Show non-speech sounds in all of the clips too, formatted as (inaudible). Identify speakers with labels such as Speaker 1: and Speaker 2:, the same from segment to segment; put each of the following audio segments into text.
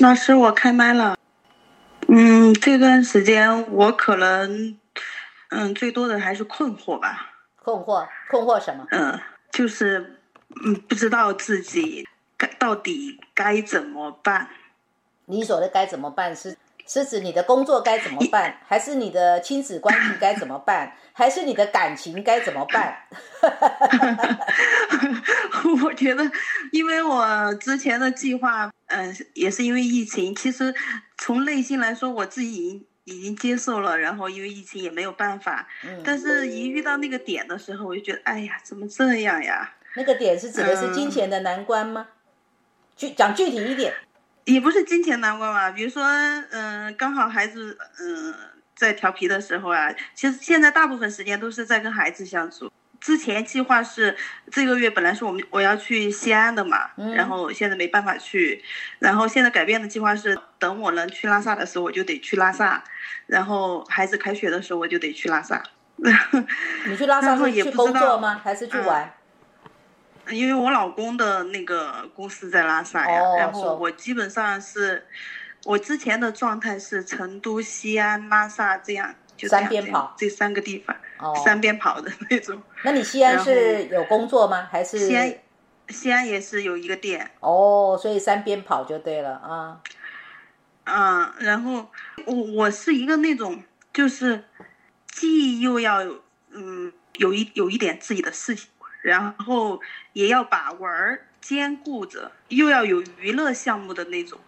Speaker 1: 老师，我开麦了。嗯，这段时间我可能，嗯，最多的还是困惑吧。
Speaker 2: 困惑，困惑什么？
Speaker 1: 嗯，就是，嗯，不知道自己该到底该怎么办。 (laughs)
Speaker 2: 你所的该怎么办是是指你的工作该怎么
Speaker 1: (laughs)
Speaker 2: 办，还是你的亲子关系该怎么办，还是你的感情该怎么办？
Speaker 1: 我觉得，因为我之前的计划，嗯、也是因为疫情。其实从内心来说，我自己已经已经接受了，然后因为疫情也没有办法。
Speaker 2: 嗯，
Speaker 1: 但是，一遇到那个点的时候，我就觉得，哎呀，怎么这样呀？
Speaker 2: 那个点是指的是金钱的难关吗？具讲具体一点，
Speaker 1: 也不是金钱难关吧？比如说，嗯、刚好孩子，嗯、在调皮的时候啊，其实现在大部分时间都是在跟孩子相处。之前计划是这个月本来是我们我要去西安的嘛，
Speaker 2: 嗯
Speaker 1: 然后现在没办法去，然后现在改变的计划是等我能去拉萨的时候我就得去拉萨，然后孩子开学的时候我就得去拉萨。 (laughs)
Speaker 2: 你去拉萨
Speaker 1: 然后
Speaker 2: 是
Speaker 1: 也
Speaker 2: 去
Speaker 1: 不知
Speaker 2: 工
Speaker 1: 道
Speaker 2: 作吗？还是去
Speaker 1: 嗯
Speaker 2: 玩？
Speaker 1: 因为我老公的那个公司在拉萨呀，
Speaker 2: 哦
Speaker 1: 然后
Speaker 2: 是
Speaker 1: 我基本上是，我之前的状态是成都、西安、拉萨这样，就这样
Speaker 2: 三边
Speaker 1: 这样
Speaker 2: 跑
Speaker 1: 这三个地方、
Speaker 2: 哦，
Speaker 1: 嗯三边跑的那种。
Speaker 2: 那你西安
Speaker 1: 然后
Speaker 2: 是有工作吗？还是
Speaker 1: 西安，西安也是有一个店，
Speaker 2: 哦，所以三边跑就对了啊。
Speaker 1: 嗯，然后我我是一个那种就是，既又要嗯有一有一点自己的事情，然后也要把玩儿兼顾着，又要有娱乐项目的那种。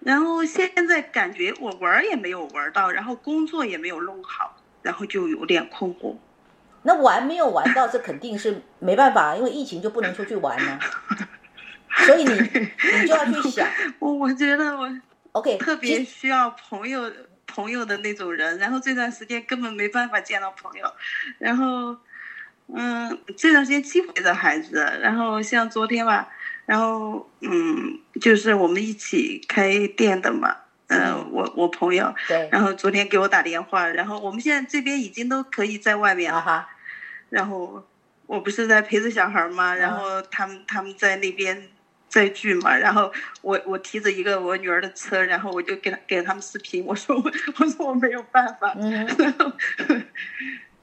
Speaker 1: 然后现在感觉我玩儿也没有玩儿到，然后工作也没有弄好，然后就有点困惑。
Speaker 2: 那玩没有玩到，这肯定是没办法，因为疫情就不能出去玩呢、所以你你就要去想
Speaker 1: 我我觉得我
Speaker 2: ，OK，
Speaker 1: 特别
Speaker 2: 其
Speaker 1: 需要朋友朋友的那种人，然后这段时间根本没办法见到朋友，然后，嗯，这段时间欺负着孩子，然后像昨天吧，然后嗯，就是我们一起开店的嘛，嗯、
Speaker 2: 嗯
Speaker 1: 我我朋友，
Speaker 2: 对，
Speaker 1: 然后昨天给我打电话，然后我们现在这边已经都可以在外面
Speaker 2: 啊
Speaker 1: 了，
Speaker 2: 哈，
Speaker 1: 然后我不是在陪着小孩嘛，然
Speaker 2: 嗯
Speaker 1: 后他们他们在那边在聚嘛，然后我我提着一个我女儿的车，然后我就给他给他们视频，我说我我说我没有办法， (laughs)
Speaker 2: 嗯哼，
Speaker 1: 然后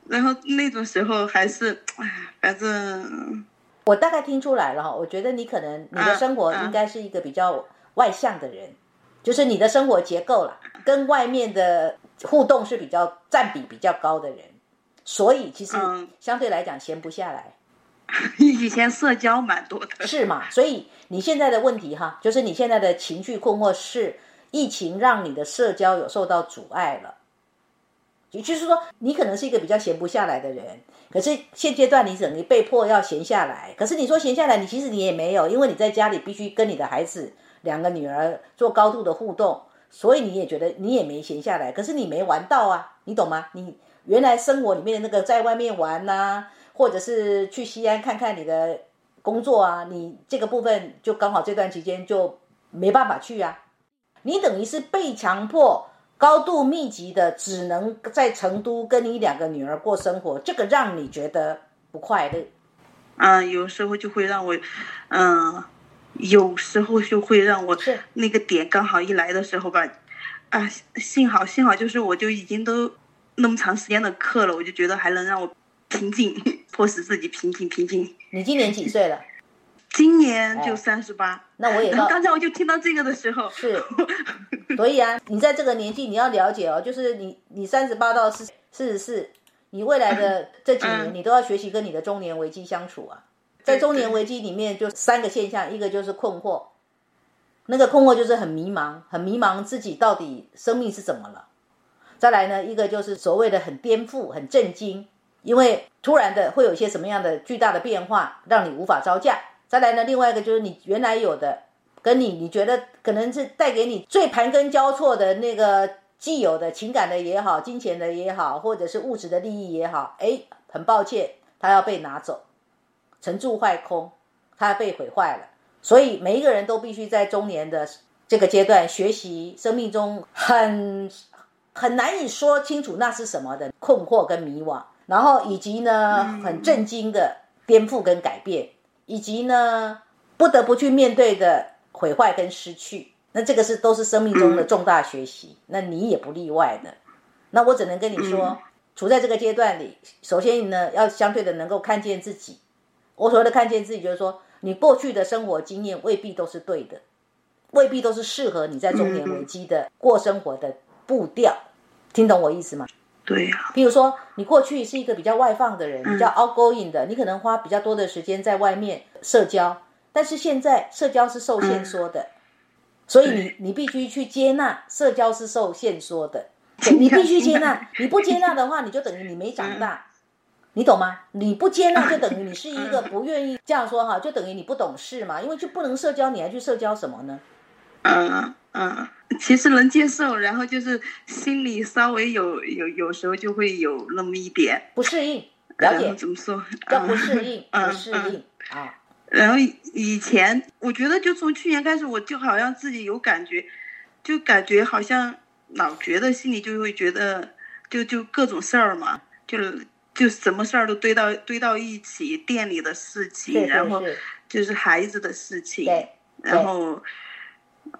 Speaker 1: 然后那种时候还是哎，反正
Speaker 2: 我大概听出来了哈，我觉得你可能你的生活
Speaker 1: 嗯嗯
Speaker 2: 应该是一个比较外向的人，就是你的生活结构啦，跟外面的互动是比较占比比较高的人，所以其实
Speaker 1: 嗯
Speaker 2: 相对来讲闲不下来。
Speaker 1: 以前社交蛮多的，
Speaker 2: 是嘛？所以你现在的问题哈，就是你现在的情绪困惑是疫情让你的社交有受到阻碍了。也就是说，你可能是一个比较闲不下来的人，可是现阶段你等于被迫要闲下来。可是你说闲下来，你其实你也没有，因为你在家里必须跟你的孩子两个女儿做高度的互动，所以你也觉得你也没闲下来。可是你没玩到啊，你懂吗？你原来生活里面的那个在外面玩呐、或者是去西安看看你的工作啊，你这个部分就刚好这段期间就没办法去啊。你等于是被强迫高度密集的，只能在成都跟你两个女儿过生活，这个让你觉得不快乐。
Speaker 1: 嗯，有时候就会让我，嗯，有时候就会让我
Speaker 2: 是
Speaker 1: 那个点刚好一来的时候吧，啊，幸幸好幸好就是我就已经都那么长时间的课了，我就觉得还能让我平静，迫使自己平静平静。
Speaker 2: 你今年几岁了？
Speaker 1: 今年
Speaker 2: 哎
Speaker 1: 就三十八，(laughs)
Speaker 2: 那我也
Speaker 1: 然后
Speaker 2: 到
Speaker 1: 刚才我就听到这个的时候，
Speaker 2: 是，所以啊，你在这个年纪你要了解哦，就是你你三十八到四四十四，你未来的这几年
Speaker 1: 嗯
Speaker 2: 你都要学习跟你的中年危机相处啊。在中年危机里面，就三个现象，一个就是困惑，那个困惑就是很迷茫，很迷茫自己到底生命是怎么了。再来呢，一个就是所谓的很颠覆、很震惊，因为突然的会有一些什么样的巨大的变化，让你无法招架。再来呢，另外一个就是你原来有的，跟你你觉得可能是带给你最盘根交错的那个既有的情感的也好、金钱的也好，或者是物质的利益也好，哎，很抱歉，它要被拿走，成住坏空，它被毁坏了。所以每一个人都必须在中年的这个阶段学习生命中很很难以说清楚那是什么的困惑跟迷惘，然后以及呢很震惊的颠覆跟改变，以及呢不得不去面对的毁坏跟失去。那这个是都是生命中的重大学习，那你也不例外的。那我只能跟你说
Speaker 1: 嗯，
Speaker 2: 处在这个阶段里，首先呢，要相对的能够看见自己。我所谓的看见自己，就是说，你过去的生活经验未必都是对的，未必都是适合你在中年危机的过生活的步调。听懂我意思吗？
Speaker 1: (laughs) 对呀、
Speaker 2: 譬如说，你过去是一个比较外放的人，
Speaker 1: 嗯
Speaker 2: 比较 outgoing 的，你可能花比较多的时间在外面社交，但是现在社交是受限缩
Speaker 1: 嗯
Speaker 2: 的，所以你你必须去接纳社交是受限缩
Speaker 1: (laughs)
Speaker 2: 的，对你必须接纳，你不接纳的话，你就等于你没长
Speaker 1: 嗯
Speaker 2: 大。你懂吗？你不接
Speaker 1: (laughs)
Speaker 2: 纳，就等于你是一
Speaker 1: 嗯
Speaker 2: 个不愿意这样说哈，就等于你不懂事嘛。因为就不能社交，你还去社交什么呢？
Speaker 1: 嗯嗯，其实能接受，然后就是心里稍微有有有时候就会有那么一点，
Speaker 2: 不适应，了
Speaker 1: 然后
Speaker 2: 解
Speaker 1: 怎么说？
Speaker 2: 叫
Speaker 1: 嗯
Speaker 2: 不适应，
Speaker 1: 嗯
Speaker 2: 不适
Speaker 1: 嗯
Speaker 2: 应啊。
Speaker 1: 然后以以前，我觉得就从去年开始，我就好像自己有感觉，就感觉好像老觉得心里就会觉得，就就各种事儿嘛，就就什么事儿都堆到堆到一起，店里的事
Speaker 2: 是
Speaker 1: 情，嗯然后
Speaker 2: 是是，
Speaker 1: 就是孩子的事情，
Speaker 2: 对。
Speaker 1: 然后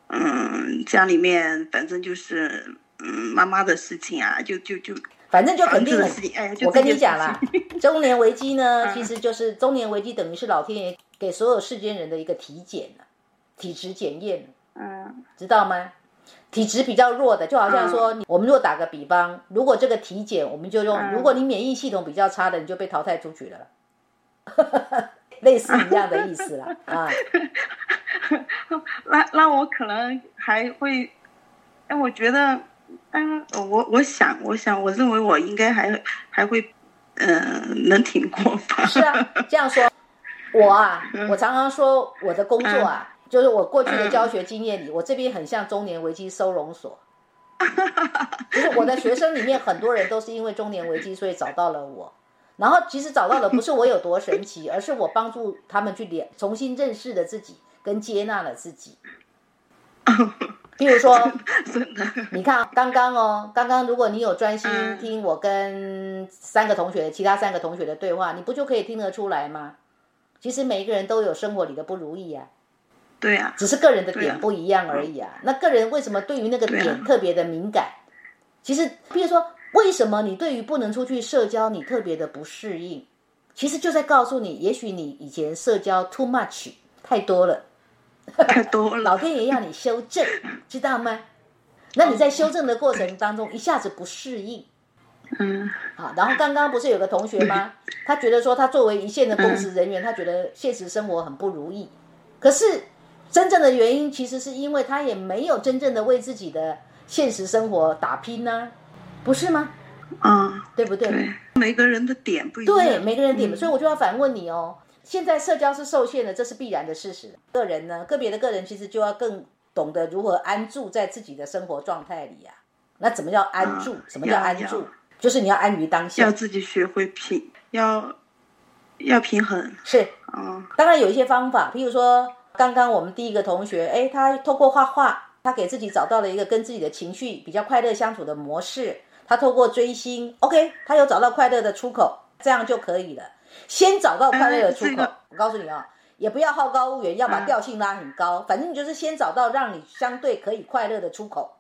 Speaker 1: 嗯，家里面反正就是嗯妈妈的事情啊，就就就
Speaker 2: 反正就肯
Speaker 1: 房
Speaker 2: 定
Speaker 1: 子的
Speaker 2: 很
Speaker 1: 事。情，哎呀，就
Speaker 2: 我跟
Speaker 1: 这
Speaker 2: 你
Speaker 1: 些
Speaker 2: 讲
Speaker 1: 事
Speaker 2: 啦
Speaker 1: 情， (laughs)
Speaker 2: 中年危机呢，
Speaker 1: 嗯
Speaker 2: 其实就是中年危机等于是老天爷给所有世间人的一个体检啊体质检验，
Speaker 1: 嗯
Speaker 2: 知道吗？体质比较弱的，就好像说，我们若打个比方，如果这个体检，我们就用，
Speaker 1: 嗯
Speaker 2: 如果你免疫系统比较差的，你就被淘汰出去了， (laughs) 类似一样的意思啦，啊，
Speaker 1: 那那我可能还会，哎，我觉得，嗯、我我想，我想，我认为我应该还还会，嗯、能挺过吧。
Speaker 2: 是啊，这样说，我啊，我常常说我的工作啊，就是我过去的教学经验里，我这边很像中年危机收容所。就是我的学生里面很多人都是因为中年危机，所以找到了我。然后其实找到的不是我有多神奇，而是我帮助他们去连重新认识了自己，跟接纳了自己。譬如说，
Speaker 1: (laughs) 真的，
Speaker 2: 你看啊刚刚哦，刚刚如果你有专心
Speaker 1: 嗯
Speaker 2: 听我跟三个同学、其他三个同学的对话，你不就可以听得出来吗？其实每一个人都有生活里的不如意啊，
Speaker 1: 对
Speaker 2: (laughs)
Speaker 1: 呀、
Speaker 2: 只是个人的
Speaker 1: 对
Speaker 2: 点
Speaker 1: 啊
Speaker 2: 不一样而已啊。那个人为什么对于那个
Speaker 1: 对啊
Speaker 2: 点特别的敏感？其实，比如说，为什么你对于不能出去社交你特别的不适应？其实就在告诉你，也许你以前社交 too much 太多了，
Speaker 1: 太多了。
Speaker 2: 老天爷要你修正，知道吗？那你在修正的过程当中，一下子不适应
Speaker 1: 嗯
Speaker 2: 啊。然后刚刚不是有个同学吗？他觉得说他作为一线的公职人员，他觉得现实生活很不如意。可是真正的原因其实是因为他也没有真正的为自己的现实生活打拼呐、不是吗？
Speaker 1: 啊，
Speaker 2: 对不对？
Speaker 1: 对，每个人的点不一样。
Speaker 2: 对，每个人点，
Speaker 1: 嗯
Speaker 2: 所以我就要反问你哦。现在社交是受限的，这是必然的事实。个人呢，个别的个人其实就要更懂得如何安住在自己的生活状态里啊。那怎么叫安住？
Speaker 1: 嗯
Speaker 2: 什么叫安
Speaker 1: 要
Speaker 2: 住
Speaker 1: 要？
Speaker 2: 就是你要安于当
Speaker 1: 要
Speaker 2: 下。
Speaker 1: 自己学会平，要要平衡。
Speaker 2: 是，
Speaker 1: 啊，
Speaker 2: 当然有一些方法，譬如说刚刚我们第一个同学，哎，他透过画画，他给自己找到了一个跟自己的情绪比较快乐相处的模式。他透过追星，OK，他有找到快乐的出口，这样就可以了。先找到快乐的出
Speaker 1: 哎这
Speaker 2: 口，
Speaker 1: 个
Speaker 2: 我告诉你啊、也不要好高骛远，要把
Speaker 1: 嗯
Speaker 2: 调性拉很高。反正你就是先找到让你相对可以快乐的出口，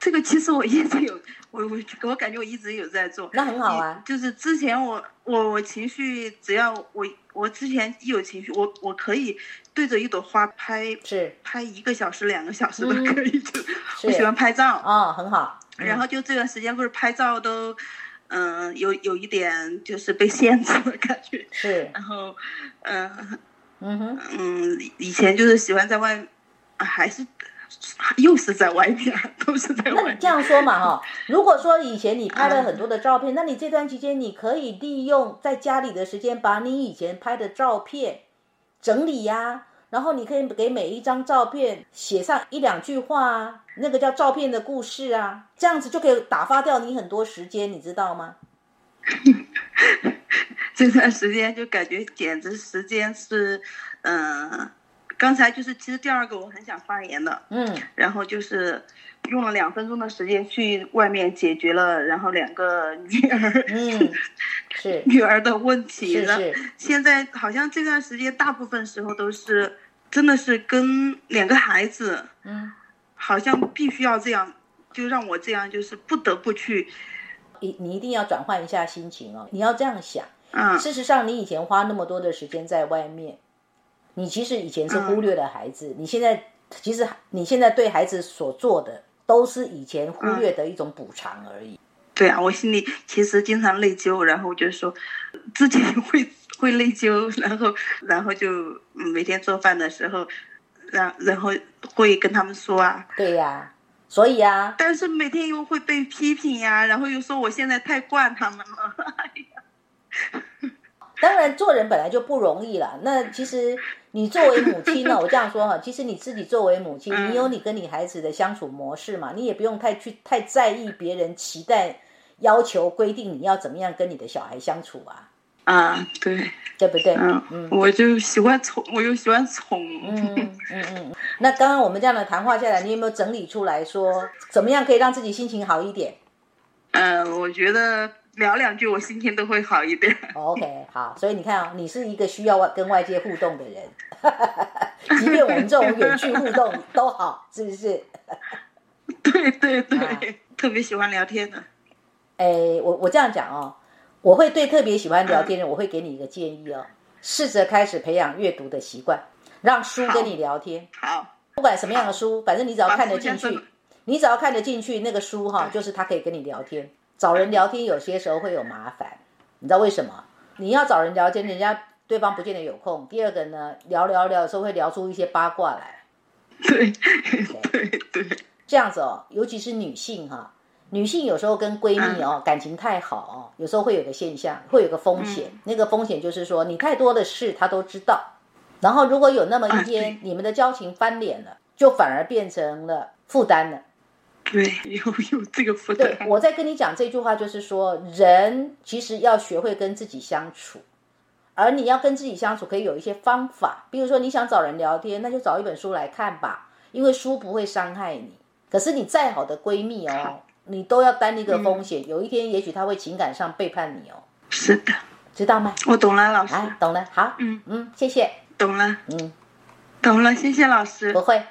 Speaker 1: 这个其实我一直有，我我我感觉我一直有在做。
Speaker 2: 那很好啊。
Speaker 1: 就是之前我我我情绪，只要我我之前一有情绪，我我可以对着一朵花拍
Speaker 2: 是
Speaker 1: 拍一个小时、两个小时都
Speaker 2: 嗯
Speaker 1: 可以。就 (laughs) 我喜
Speaker 2: 是
Speaker 1: 欢拍照，
Speaker 2: 啊、很好。嗯
Speaker 1: 然后就这段时间不是拍照都，嗯、有有一点就是被限制的感觉。
Speaker 2: 是，
Speaker 1: 然后，嗯、
Speaker 2: 嗯哼，
Speaker 1: 嗯，以前就是喜欢在外，啊还是又是在外面，都是在
Speaker 2: 那
Speaker 1: 外
Speaker 2: 你
Speaker 1: 面
Speaker 2: 这。样说嘛哈，如果说以前你拍了很多的照片，那你这段期间你可以利用在家里的时间，把你以前拍的照片整理呀、然后你可以给每一张照片写上一两句话啊，那个叫照片的故事啊，这样子就可以打发掉你很多时间，你知道吗？
Speaker 1: (laughs) 这段时间就感觉简直时间是，嗯、刚才就是其实第二个我很想发言的，
Speaker 2: 嗯，
Speaker 1: 然后就是用了两分钟的时间去外面解决了，然后两个女儿
Speaker 2: 嗯，
Speaker 1: (laughs)
Speaker 2: 是
Speaker 1: 女儿的问题，
Speaker 2: 是
Speaker 1: 然后
Speaker 2: 是，
Speaker 1: 现在好像这段时间大部分时候都是真的是跟两个孩子，
Speaker 2: 嗯
Speaker 1: 好像必须要这样，就让我这样，就是不得不去，
Speaker 2: 你你一定要转换一下心情哦，你要这样想。
Speaker 1: 嗯
Speaker 2: 事实上，你以前花那么多的时间在外面，你其实
Speaker 1: 嗯
Speaker 2: 以前是忽略了孩子，你现在其实你现在对孩子所做的都是以前忽
Speaker 1: 嗯
Speaker 2: 略的一种补偿而已。
Speaker 1: 对啊，我心里其实经常内疚，然后就说自己会会内疚，然后然后就嗯每天做饭的时候，然然后会跟他们说啊，
Speaker 2: 对呀、所以啊，
Speaker 1: 但是每天又会被批评呀、然后又说我现在太惯他们了，
Speaker 2: 当然做人本来就不容易啦。那其实你作为母亲
Speaker 1: (laughs)
Speaker 2: 呢，我这样说哈，其实你自己作为母亲，
Speaker 1: 嗯
Speaker 2: 你有你跟你孩子的相处模式嘛，你也不用太去太在意别人期待、要求、规定你要怎么样跟你的小孩相处啊，
Speaker 1: 啊，对，
Speaker 2: 对不对？
Speaker 1: 嗯，
Speaker 2: 嗯
Speaker 1: 我就喜欢宠，我又喜欢宠，
Speaker 2: 嗯嗯嗯， (laughs) 那刚刚我们这样的谈话下来，你有没有整理出来说，怎么样可以让自己心情好一点
Speaker 1: 嗯、我觉得聊两句我心情都会好一点， (laughs)
Speaker 2: 哦？OK，好，所以你看啊、你是一个需要外跟外界互动的人， (laughs) 即便我们这种远距互动都好，是不是？
Speaker 1: 对对对，
Speaker 2: 啊
Speaker 1: 特别喜欢聊天的，
Speaker 2: 哎，我我这样讲哦，我会对特别喜欢聊天的人，我会给你一个建议哦，试着开始培养阅读的习惯，让书跟你聊天，
Speaker 1: 好，
Speaker 2: 不管什么样的书，反正你只要
Speaker 1: 好
Speaker 2: 看得
Speaker 1: 我
Speaker 2: 进
Speaker 1: 先
Speaker 2: 去
Speaker 1: 生，
Speaker 2: 你只要看得进去那个书哈，就是他可以跟你聊天。找人聊天有些时候会有麻烦，你知道为什么？你要找人聊天，人家对方不见得有空。第二个呢，聊聊聊的时候会聊出一些八卦来，
Speaker 1: (laughs) 对对对，
Speaker 2: 这样子哦，尤其是女性哈，女性有时候跟闺蜜哦感情太好哦，有时候会有个现象，会有个风险，那个风险就是说你太多的事她都知道，然后如果有那么一天
Speaker 1: 啊
Speaker 2: 你们的交情翻脸了，就反而变成了负担了。
Speaker 1: 对，有有这个负
Speaker 2: 对
Speaker 1: 担，，
Speaker 2: 我在跟你讲这句话，就是说，人其实要学会跟自己相处，而你要跟自己相处，可以有一些方法，比如说你想找人聊天，那就找一本书来看吧，因为书不会伤害你。可是你再好的闺蜜哦，你都要担一个风险，有一天也许她会情感上背叛你哦，
Speaker 1: 是的，
Speaker 2: 知道吗？
Speaker 1: 我懂了，老师，
Speaker 2: 哎，懂了，好，
Speaker 1: 嗯
Speaker 2: 啊嗯，谢谢，
Speaker 1: 懂了，
Speaker 2: 嗯，
Speaker 1: 懂了，谢谢老师，
Speaker 2: 不会，